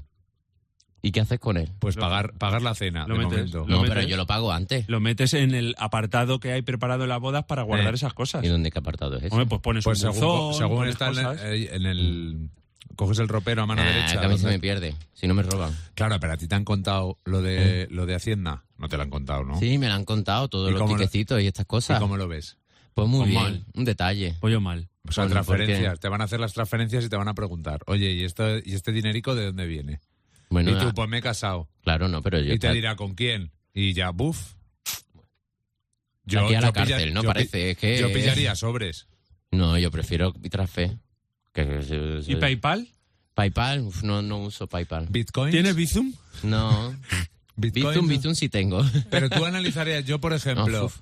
[SPEAKER 4] y ¿qué haces con él?
[SPEAKER 3] pues pagar, pagar la cena,
[SPEAKER 2] lo
[SPEAKER 3] de
[SPEAKER 2] metes,
[SPEAKER 3] momento.
[SPEAKER 2] lo
[SPEAKER 4] No, pero
[SPEAKER 2] metes?
[SPEAKER 4] yo lo pago antes.
[SPEAKER 2] Lo metes en el apartado que hay preparado en las bodas para guardar
[SPEAKER 3] Eh.
[SPEAKER 2] esas cosas.
[SPEAKER 4] ¿Y dónde qué apartado es eso?
[SPEAKER 2] Hombre, pues pones
[SPEAKER 3] Pues
[SPEAKER 2] un
[SPEAKER 3] según,
[SPEAKER 2] buzón,
[SPEAKER 3] según
[SPEAKER 2] pones
[SPEAKER 3] está en,
[SPEAKER 2] cosas.
[SPEAKER 3] eh, en el... Coges el ropero a mano
[SPEAKER 4] Ah,
[SPEAKER 3] derecha.
[SPEAKER 4] que a mí se
[SPEAKER 3] donde-
[SPEAKER 4] me pierde, si no me roban.
[SPEAKER 3] Claro, pero a ti te han contado lo de, lo de Hacienda. No te lo han contado, ¿no?
[SPEAKER 4] Sí, me lo han contado todos
[SPEAKER 3] ¿Y
[SPEAKER 4] los
[SPEAKER 3] cómo lo-
[SPEAKER 4] tiquecitos y estas
[SPEAKER 3] ¿Y
[SPEAKER 4] cosas.
[SPEAKER 3] cómo lo ves?
[SPEAKER 4] Pues muy
[SPEAKER 2] Pues
[SPEAKER 4] bien,
[SPEAKER 2] mal.
[SPEAKER 4] un detalle.
[SPEAKER 2] Pollo mal.
[SPEAKER 3] O sea,
[SPEAKER 4] Bueno, pues ¿por qué?
[SPEAKER 3] transferencias. Te van a hacer las transferencias y te van a preguntar, oye, ¿y, esto, y este dinerico de dónde viene?
[SPEAKER 4] Bueno,
[SPEAKER 3] y tú,
[SPEAKER 4] ah,
[SPEAKER 3] pues me he casado.
[SPEAKER 4] claro, no, pero yo
[SPEAKER 3] y te
[SPEAKER 4] tra-
[SPEAKER 3] dirá con quién. Y ya, buf.
[SPEAKER 4] aquí a la
[SPEAKER 3] pilla-
[SPEAKER 4] cárcel, ¿no?
[SPEAKER 3] yo pi-
[SPEAKER 4] Parece eh. es que...
[SPEAKER 3] Yo pillaría sobres.
[SPEAKER 4] No, yo prefiero Bitrafe. Que, que-
[SPEAKER 2] ¿Y PayPal?
[SPEAKER 4] Paypal, uf, no, no uso Paypal.
[SPEAKER 3] Bitcoin.
[SPEAKER 2] ¿Tienes Bizum?
[SPEAKER 4] No, Bitum, Bitum sí tengo.
[SPEAKER 3] Pero tú analizarías, yo por ejemplo.
[SPEAKER 4] No, uf.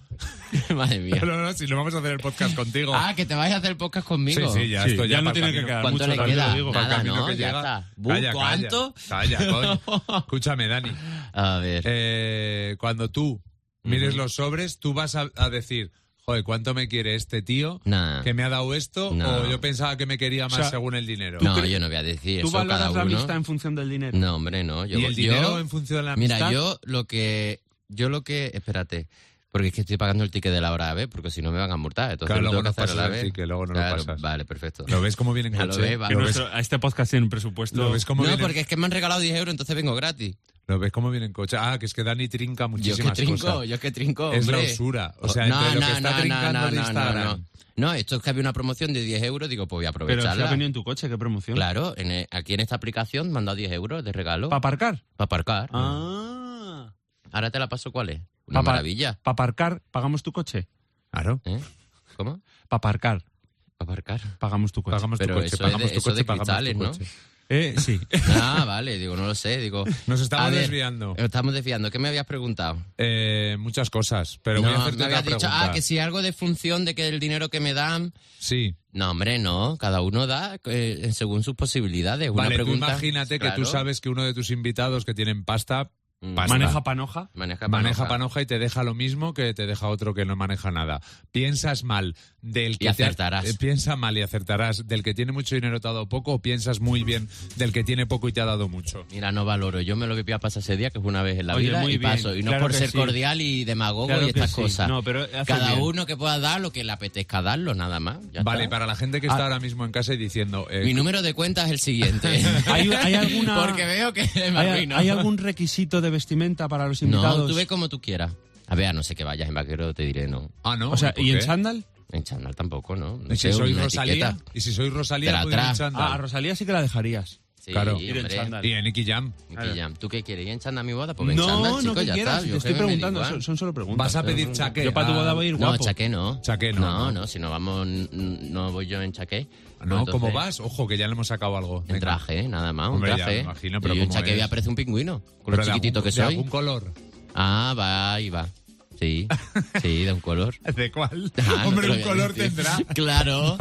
[SPEAKER 4] Madre mía.
[SPEAKER 3] No, no, si lo vamos a hacer el podcast contigo.
[SPEAKER 4] Ah, que te vais a hacer podcast
[SPEAKER 3] sí,
[SPEAKER 4] conmigo.
[SPEAKER 3] sí, ya
[SPEAKER 2] Sí,
[SPEAKER 3] esto
[SPEAKER 2] ya no
[SPEAKER 3] pa'l
[SPEAKER 2] tiene que
[SPEAKER 3] camino.
[SPEAKER 2] quedar
[SPEAKER 4] ¿Cuánto
[SPEAKER 2] mucho,
[SPEAKER 4] le
[SPEAKER 2] también
[SPEAKER 4] queda?
[SPEAKER 2] lo digo.
[SPEAKER 3] Pa'l
[SPEAKER 4] Nada,
[SPEAKER 3] Pues camino
[SPEAKER 4] ¿no?
[SPEAKER 3] que
[SPEAKER 4] Ya
[SPEAKER 3] llega.
[SPEAKER 4] está. Bu,
[SPEAKER 3] Calla, calla.
[SPEAKER 4] ¿Cuánto?
[SPEAKER 3] Calla, coño. Escúchame, Dani.
[SPEAKER 4] A ver,
[SPEAKER 3] Eh, cuando tú mires
[SPEAKER 4] Ujú.
[SPEAKER 3] los sobres, tú vas a, a decir, joder, ¿cuánto me quiere este tío?
[SPEAKER 4] Nah.
[SPEAKER 3] ¿Que me ha dado esto?
[SPEAKER 4] No.
[SPEAKER 3] ¿O yo pensaba que me quería más
[SPEAKER 2] O sea,
[SPEAKER 3] según el dinero?
[SPEAKER 4] no,
[SPEAKER 2] crees-
[SPEAKER 4] yo no voy a decir
[SPEAKER 2] ¿Tú
[SPEAKER 4] eso cada
[SPEAKER 2] valoras la
[SPEAKER 4] uno.
[SPEAKER 2] amistad en función del dinero?
[SPEAKER 4] No, hombre, no. Yo,
[SPEAKER 3] ¿Y el
[SPEAKER 4] yo-
[SPEAKER 3] dinero en función de la amistad?
[SPEAKER 4] Mira, yo lo que. Yo lo que. Espérate. Porque es que estoy pagando el ticket de la hora A, Porque si no me van a multar. Entonces
[SPEAKER 3] Claro,
[SPEAKER 4] lo
[SPEAKER 3] luego
[SPEAKER 4] tengo que
[SPEAKER 3] no
[SPEAKER 4] hacer a la
[SPEAKER 3] pasas el
[SPEAKER 4] vez.
[SPEAKER 3] ticket, luego no lo
[SPEAKER 4] Claro,
[SPEAKER 3] pasas.
[SPEAKER 4] Vale, perfecto.
[SPEAKER 3] ¿Lo ves como viene en
[SPEAKER 4] Ya lo
[SPEAKER 3] coche?
[SPEAKER 4] ve, va.
[SPEAKER 2] Que
[SPEAKER 4] Lo
[SPEAKER 2] nuestro- a este podcast tiene un presupuesto.
[SPEAKER 3] ¿Lo ves como
[SPEAKER 4] No,
[SPEAKER 3] viene?
[SPEAKER 4] porque es que me han regalado 10 euros, entonces vengo gratis.
[SPEAKER 3] ¿Lo ves cómo viene en coche? Ah, que es que Dani trinca
[SPEAKER 4] Yo es que
[SPEAKER 3] muchísimas
[SPEAKER 4] trinco,
[SPEAKER 3] cosas.
[SPEAKER 4] yo es que trinco.
[SPEAKER 3] Es la
[SPEAKER 4] hombre.
[SPEAKER 3] usura. O sea,
[SPEAKER 4] no,
[SPEAKER 3] entre lo
[SPEAKER 4] no,
[SPEAKER 3] que está
[SPEAKER 4] no,
[SPEAKER 3] trincando
[SPEAKER 4] no,
[SPEAKER 3] de
[SPEAKER 4] no, no,
[SPEAKER 3] Instagram.
[SPEAKER 4] no. No, esto es que había una promoción de 10 euros, digo, pues voy a
[SPEAKER 2] Pero si
[SPEAKER 4] aprovecharla.
[SPEAKER 2] ha venido en tu coche, qué promoción.
[SPEAKER 4] Claro, en, eh, aquí en esta aplicación me han dado 10 euros de regalo
[SPEAKER 2] ¿Para
[SPEAKER 4] para
[SPEAKER 2] aparcar?
[SPEAKER 4] aparcar.
[SPEAKER 2] Ah.
[SPEAKER 4] Ahora te la paso, ¿cuál es? Una
[SPEAKER 2] Pa' par-
[SPEAKER 4] maravilla.
[SPEAKER 2] ¿Para aparcar pagamos tu coche?
[SPEAKER 3] Claro.
[SPEAKER 4] ¿eh? ¿Cómo?
[SPEAKER 2] Para aparcar
[SPEAKER 4] Aparcar.
[SPEAKER 2] pagamos tu coche.
[SPEAKER 3] Pagamos tu
[SPEAKER 4] pues, Pero
[SPEAKER 3] coche,
[SPEAKER 4] eso es
[SPEAKER 3] pagamos
[SPEAKER 4] de-
[SPEAKER 3] tu
[SPEAKER 4] eso
[SPEAKER 3] coche,
[SPEAKER 4] de
[SPEAKER 3] pagamos
[SPEAKER 4] cristales,
[SPEAKER 3] tu
[SPEAKER 4] ¿no?
[SPEAKER 3] coche.
[SPEAKER 2] Eh, sí.
[SPEAKER 4] Ah, vale, digo, no lo sé, digo.
[SPEAKER 3] Nos estamos
[SPEAKER 4] a ver,
[SPEAKER 3] desviando.
[SPEAKER 4] Estamos desviando. ¿Qué me habías preguntado?
[SPEAKER 3] Eh, muchas cosas, pero voy a
[SPEAKER 4] No,
[SPEAKER 3] hacerte
[SPEAKER 4] me
[SPEAKER 3] otra
[SPEAKER 4] habías dicho,
[SPEAKER 3] pregunta.
[SPEAKER 4] ah, que si algo de función de que el dinero que me dan.
[SPEAKER 3] Sí.
[SPEAKER 4] No, hombre, no. Cada uno da eh, según sus posibilidades. Una
[SPEAKER 3] Vale, tú
[SPEAKER 4] pregunta.
[SPEAKER 3] imagínate que
[SPEAKER 4] Claro.
[SPEAKER 3] tú sabes que uno de tus invitados que tienen pasta
[SPEAKER 4] Pasa.
[SPEAKER 2] Maneja panoja.
[SPEAKER 4] Mm. Maneja panoja.
[SPEAKER 3] Maneja panoja y te deja lo mismo que te deja otro que no maneja nada. Piensas mal del que
[SPEAKER 4] Y
[SPEAKER 3] te-
[SPEAKER 4] acertarás.
[SPEAKER 3] eh, piensa mal y acertarás del que tiene mucho dinero y te ha dado poco o piensas muy bien del que tiene poco y te ha dado mucho.
[SPEAKER 4] Mira, no valoro. Yo me lo que voy a pasar ese día, que es una vez en la
[SPEAKER 2] Oye,
[SPEAKER 4] vida,
[SPEAKER 2] muy
[SPEAKER 4] y
[SPEAKER 2] bien,
[SPEAKER 4] paso. Y no
[SPEAKER 2] claro
[SPEAKER 4] por
[SPEAKER 2] que
[SPEAKER 4] ser
[SPEAKER 2] sí.
[SPEAKER 4] cordial y demagogo
[SPEAKER 2] Claro
[SPEAKER 4] y
[SPEAKER 2] que
[SPEAKER 4] estas
[SPEAKER 2] sí.
[SPEAKER 4] cosas.
[SPEAKER 2] No, pero hace
[SPEAKER 4] Cada
[SPEAKER 2] bien.
[SPEAKER 4] uno que pueda dar lo que le apetezca darlo, nada más. Ya
[SPEAKER 3] Vale,
[SPEAKER 4] está. Ah.
[SPEAKER 3] para la gente que está ahora mismo en casa y diciendo, eh,
[SPEAKER 4] Mi número de cuenta es el siguiente.
[SPEAKER 2] ¿Hay- hay alguna-
[SPEAKER 4] Porque veo que me
[SPEAKER 2] ¿Hay,
[SPEAKER 4] arruino.
[SPEAKER 2] hay algún requisito de vestimenta para los
[SPEAKER 4] No,
[SPEAKER 2] invitados?
[SPEAKER 4] tú ve como tú quieras. A ver, a no sé que vayas en vaquero, te diré no.
[SPEAKER 3] ah, no,
[SPEAKER 2] o sea,
[SPEAKER 3] ¿por
[SPEAKER 2] ¿y en
[SPEAKER 3] qué?
[SPEAKER 2] chándal?
[SPEAKER 4] En chándal tampoco, ¿no? No
[SPEAKER 3] ¿Y si
[SPEAKER 4] sé,
[SPEAKER 3] soy
[SPEAKER 4] una
[SPEAKER 3] Rosalía?
[SPEAKER 4] etiqueta.
[SPEAKER 3] ¿Y si soy Rosalía?
[SPEAKER 4] Tra,
[SPEAKER 3] puedo ir en
[SPEAKER 4] tra.
[SPEAKER 3] chándal?
[SPEAKER 2] Ah, a Rosalía sí que la dejarías.
[SPEAKER 4] Sí,
[SPEAKER 3] Claro.
[SPEAKER 4] hombre.
[SPEAKER 2] Ir en chándal.
[SPEAKER 3] Y en Nicky Jam.
[SPEAKER 4] Y pillan. ¿Tú qué quieres? ¿Ir en chándal a mi boda? Pues ven
[SPEAKER 2] No,
[SPEAKER 4] chándal,
[SPEAKER 2] no
[SPEAKER 4] chico,
[SPEAKER 2] que
[SPEAKER 4] ya
[SPEAKER 2] quieras.
[SPEAKER 4] está. Yo
[SPEAKER 2] Te estoy
[SPEAKER 4] que me da
[SPEAKER 2] preguntando,
[SPEAKER 4] igual.
[SPEAKER 2] son, son solo preguntas.
[SPEAKER 3] Vas a pedir chaqué.
[SPEAKER 2] Yo para tu
[SPEAKER 3] Ah,
[SPEAKER 2] boda voy a ir
[SPEAKER 4] No,
[SPEAKER 2] guapo.
[SPEAKER 4] chaqué no.
[SPEAKER 3] Chaqué no,
[SPEAKER 4] No,
[SPEAKER 3] no. Ah,
[SPEAKER 4] no, si no vamos, n- no voy yo en chaqué.
[SPEAKER 3] No,
[SPEAKER 4] Entonces,
[SPEAKER 3] ¿cómo vas? Ojo, que ya le hemos sacado algo.
[SPEAKER 4] En
[SPEAKER 3] Venga.
[SPEAKER 4] traje, ¿eh? nada más, un
[SPEAKER 3] Hombre, ya
[SPEAKER 4] traje.
[SPEAKER 3] me imagino, pero
[SPEAKER 4] y un
[SPEAKER 3] ¿cómo
[SPEAKER 4] chaqué
[SPEAKER 3] es?
[SPEAKER 4] ya parece un pingüino, con
[SPEAKER 3] Pero
[SPEAKER 4] lo
[SPEAKER 3] de
[SPEAKER 4] chiquitito
[SPEAKER 3] algún-
[SPEAKER 4] que
[SPEAKER 3] ¿De
[SPEAKER 4] soy.
[SPEAKER 3] algún color?
[SPEAKER 4] Ah, va, ahí va. Sí, sí, de un color.
[SPEAKER 3] ¿De cuál?
[SPEAKER 4] Ah, no
[SPEAKER 3] Hombre,
[SPEAKER 4] te lo
[SPEAKER 3] un
[SPEAKER 4] voy a
[SPEAKER 3] color
[SPEAKER 4] decir.
[SPEAKER 3] tendrá.
[SPEAKER 4] Claro,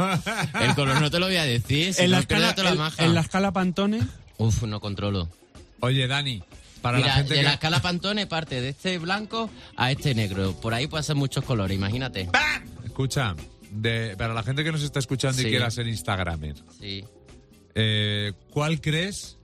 [SPEAKER 4] el color no te lo voy a decir. Si
[SPEAKER 2] en, la
[SPEAKER 4] no,
[SPEAKER 2] escala,
[SPEAKER 4] créatelo a
[SPEAKER 2] en-
[SPEAKER 4] maja.
[SPEAKER 2] en la escala Pantone,
[SPEAKER 4] Uf, no controlo.
[SPEAKER 3] Oye, Dani, para
[SPEAKER 4] Mira,
[SPEAKER 3] la gente
[SPEAKER 4] de
[SPEAKER 3] que...
[SPEAKER 4] la escala Pantone parte de este blanco a este negro. Por ahí puede ser muchos colores, imagínate.
[SPEAKER 3] Escucha, de- para la gente que nos está escuchando
[SPEAKER 4] Sí.
[SPEAKER 3] y quiera ser Instagramer,
[SPEAKER 4] Sí.
[SPEAKER 3] eh, ¿cuál crees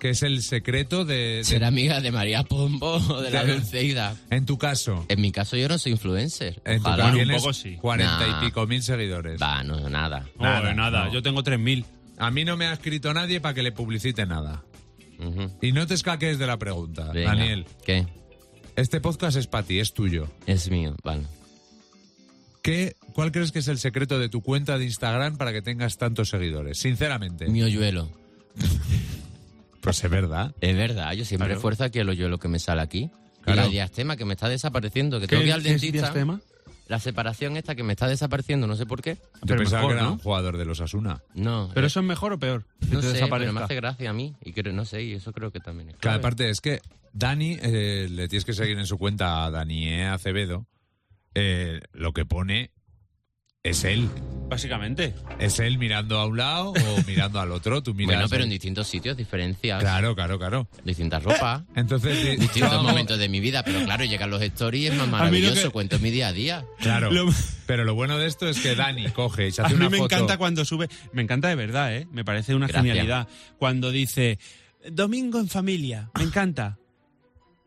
[SPEAKER 3] que es el secreto de, de-
[SPEAKER 4] Ser amiga de María Pombo o de la
[SPEAKER 3] Claro.
[SPEAKER 4] Dulceida.
[SPEAKER 3] en tu caso?
[SPEAKER 4] En mi caso yo no soy influencer.
[SPEAKER 2] Eh,
[SPEAKER 3] En tu
[SPEAKER 4] Eh, Ojalá.
[SPEAKER 2] Bueno,
[SPEAKER 3] caso
[SPEAKER 2] un
[SPEAKER 3] tienes
[SPEAKER 2] poco sí.
[SPEAKER 3] 40
[SPEAKER 4] Nah.
[SPEAKER 3] y pico mil seguidores.
[SPEAKER 4] Va, no, nada.
[SPEAKER 2] nada,
[SPEAKER 3] Nada,
[SPEAKER 2] nada.
[SPEAKER 3] no.
[SPEAKER 2] Yo tengo 3.000.
[SPEAKER 3] A mí no me ha escrito nadie para que le publicite nada.
[SPEAKER 4] Ujú.
[SPEAKER 3] Y no te escaques de la pregunta,
[SPEAKER 4] Venga.
[SPEAKER 3] Daniel.
[SPEAKER 4] ¿Qué?
[SPEAKER 3] Este podcast es para ti, es tuyo.
[SPEAKER 4] Es mío, vale.
[SPEAKER 3] ¿Qué, ¿Cuál crees que es el secreto de tu cuenta de Instagram para que tengas tantos seguidores? Sinceramente.
[SPEAKER 4] Mi hoyuelo.
[SPEAKER 3] Pues es verdad.
[SPEAKER 4] Es verdad, yo siempre esfuerzo aquí el hoyuelo que me sale aquí.
[SPEAKER 3] Claro.
[SPEAKER 4] Y la diastema que me está desapareciendo, que tengo que ir al
[SPEAKER 2] es
[SPEAKER 4] dentista.
[SPEAKER 2] diastema?
[SPEAKER 4] La separación esta que me está desapareciendo, no sé por qué.
[SPEAKER 3] Yo
[SPEAKER 2] Pero
[SPEAKER 3] pensaba
[SPEAKER 2] mejor,
[SPEAKER 3] que era
[SPEAKER 2] ¿no?
[SPEAKER 3] un jugador de los Asuna.
[SPEAKER 4] No,
[SPEAKER 2] ¿Pero
[SPEAKER 4] eh,
[SPEAKER 2] eso es mejor o peor? Que
[SPEAKER 4] no
[SPEAKER 2] te
[SPEAKER 4] sé,
[SPEAKER 2] desaparezca.
[SPEAKER 4] pero me hace gracia a mí. Y creo, no sé, y eso creo que también es
[SPEAKER 3] Que
[SPEAKER 4] clave.
[SPEAKER 3] aparte es que Dani, eh, le tienes que seguir en su cuenta a Dani Acevedo, eh, lo que pone es él.
[SPEAKER 2] Básicamente.
[SPEAKER 3] Es él mirando a un lado o mirando al otro. Tú miras
[SPEAKER 4] bueno, pero en
[SPEAKER 3] ahí.
[SPEAKER 4] distintos sitios, diferencias,
[SPEAKER 3] Claro, claro, claro.
[SPEAKER 4] distintas ropas,
[SPEAKER 3] Entonces, di-
[SPEAKER 4] distintos
[SPEAKER 3] yo hago-
[SPEAKER 4] momentos de mi vida. Pero claro, llegan los stories, es más
[SPEAKER 2] mí lo
[SPEAKER 4] maravilloso,
[SPEAKER 2] que-
[SPEAKER 4] cuento mi día a día.
[SPEAKER 3] Claro.
[SPEAKER 2] Lo-
[SPEAKER 3] Pero lo bueno de esto es que Dani coge y se
[SPEAKER 2] A
[SPEAKER 3] hace
[SPEAKER 2] mí
[SPEAKER 3] una
[SPEAKER 2] me
[SPEAKER 3] foto.
[SPEAKER 2] encanta cuando sube. Me encanta de verdad, ¿eh? Me parece una
[SPEAKER 4] Gracias.
[SPEAKER 2] genialidad. Cuando dice, domingo en familia. Me encanta.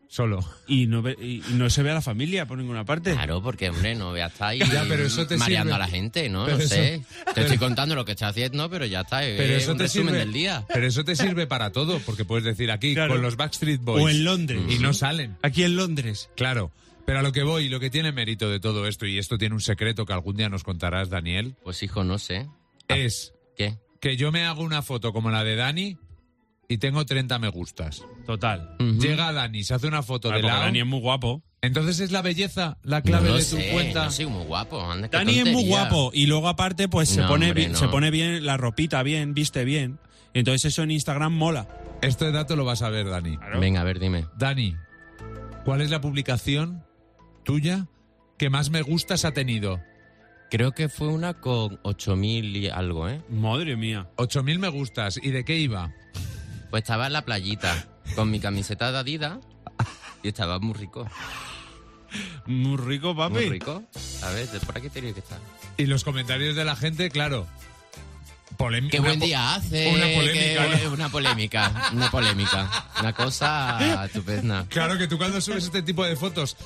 [SPEAKER 3] Solo.
[SPEAKER 2] Y no, ve- y y no se ve a la familia por ninguna parte.
[SPEAKER 4] Claro, porque, hombre, no veas estar ahí
[SPEAKER 3] Ya, pero eso te
[SPEAKER 4] mareando
[SPEAKER 3] sirve.
[SPEAKER 4] a la gente, ¿no?
[SPEAKER 3] Pero
[SPEAKER 4] no
[SPEAKER 3] eso-
[SPEAKER 4] sé. Te estoy contando lo que estoy haciendo, pero ya está. eh,
[SPEAKER 3] Pero
[SPEAKER 4] es
[SPEAKER 3] eso
[SPEAKER 4] un
[SPEAKER 3] te
[SPEAKER 4] resumen
[SPEAKER 3] sirve.
[SPEAKER 4] del día.
[SPEAKER 3] Pero eso te sirve para todo, porque puedes decir aquí
[SPEAKER 2] Claro.
[SPEAKER 3] con los Backstreet Boys.
[SPEAKER 2] O
[SPEAKER 4] Pues,
[SPEAKER 2] en Londres.
[SPEAKER 3] Y no salen.
[SPEAKER 2] Aquí en Londres.
[SPEAKER 3] Claro. Pero a lo que voy, lo que tiene mérito de todo esto, y esto tiene un secreto que algún día nos contarás, Daniel,
[SPEAKER 4] Pues hijo, no sé.
[SPEAKER 3] es
[SPEAKER 4] ¿Qué?
[SPEAKER 3] que yo me hago una foto como la de Dani y tengo 30 me gustas.
[SPEAKER 2] Total.
[SPEAKER 4] Ujú.
[SPEAKER 3] Llega Dani, se hace una foto
[SPEAKER 2] Mm. Porque
[SPEAKER 3] de la...
[SPEAKER 2] Ah, Dani es muy guapo.
[SPEAKER 3] Entonces es la belleza la clave
[SPEAKER 4] No lo
[SPEAKER 3] de tu
[SPEAKER 4] sé,
[SPEAKER 3] cuenta.
[SPEAKER 4] no soy muy guapo. anda, qué
[SPEAKER 2] Dani es muy
[SPEAKER 4] tontería.
[SPEAKER 2] guapo. Y luego, aparte, pues se,
[SPEAKER 4] No,
[SPEAKER 2] pone,
[SPEAKER 4] hombre,
[SPEAKER 2] bi-
[SPEAKER 4] no.
[SPEAKER 2] se pone bien la ropita, bien, viste bien. Y entonces eso en Instagram mola.
[SPEAKER 3] Este dato lo vas a ver, Dani.
[SPEAKER 4] Venga, a ver, dime.
[SPEAKER 3] Dani, ¿cuál es la publicación tuya que más me gustas ha tenido?
[SPEAKER 4] Creo que fue una con 8.000 y algo, ¿eh?
[SPEAKER 2] Madre mía.
[SPEAKER 3] 8.000 me gustas. ¿Y de qué iba?
[SPEAKER 4] Pues estaba en la playita con mi camiseta de Adidas y estaba muy rico.
[SPEAKER 2] Muy rico, papi.
[SPEAKER 4] Muy rico. A ver, de por aquí tenía que estar.
[SPEAKER 3] Y los comentarios de la gente, claro. Polem-
[SPEAKER 4] Qué
[SPEAKER 3] una
[SPEAKER 4] buen
[SPEAKER 3] po-
[SPEAKER 4] día hace.
[SPEAKER 3] una polémica,
[SPEAKER 4] qué- Una polémica. Una polémica. Una cosa estupenda.
[SPEAKER 3] Claro que tú cuando subes este tipo de fotos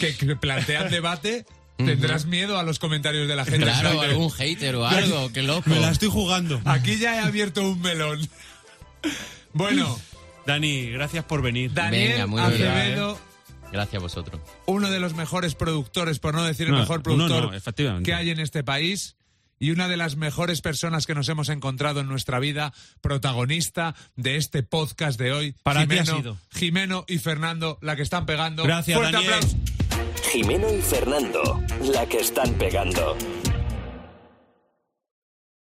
[SPEAKER 3] que, que plantean debate, tendrás miedo a los comentarios de la gente.
[SPEAKER 4] Claro,
[SPEAKER 3] Claro.
[SPEAKER 4] algún hater o algo, qué loco.
[SPEAKER 2] Me la estoy jugando.
[SPEAKER 3] Aquí ya he abierto un melón. Bueno,
[SPEAKER 2] Dani, gracias por venir.
[SPEAKER 3] Daniel
[SPEAKER 4] Venga, muy bien.
[SPEAKER 3] Acevedo,
[SPEAKER 4] Gracias a vosotros.
[SPEAKER 3] uno de los mejores productores, por no decir el
[SPEAKER 2] No,
[SPEAKER 3] mejor
[SPEAKER 2] uno no,
[SPEAKER 3] productor
[SPEAKER 2] efectivamente.
[SPEAKER 3] que hay en este país. Y una de las mejores personas que nos hemos encontrado en nuestra vida, protagonista de este podcast de hoy.
[SPEAKER 2] Para ti ha
[SPEAKER 3] Jimeno,
[SPEAKER 2] sido.
[SPEAKER 3] Jimeno y Fernando, la que están pegando.
[SPEAKER 2] Gracias,
[SPEAKER 3] Fuerte
[SPEAKER 2] Daniel.
[SPEAKER 3] aplauso.
[SPEAKER 1] Jimeno y Fernando, la que están pegando.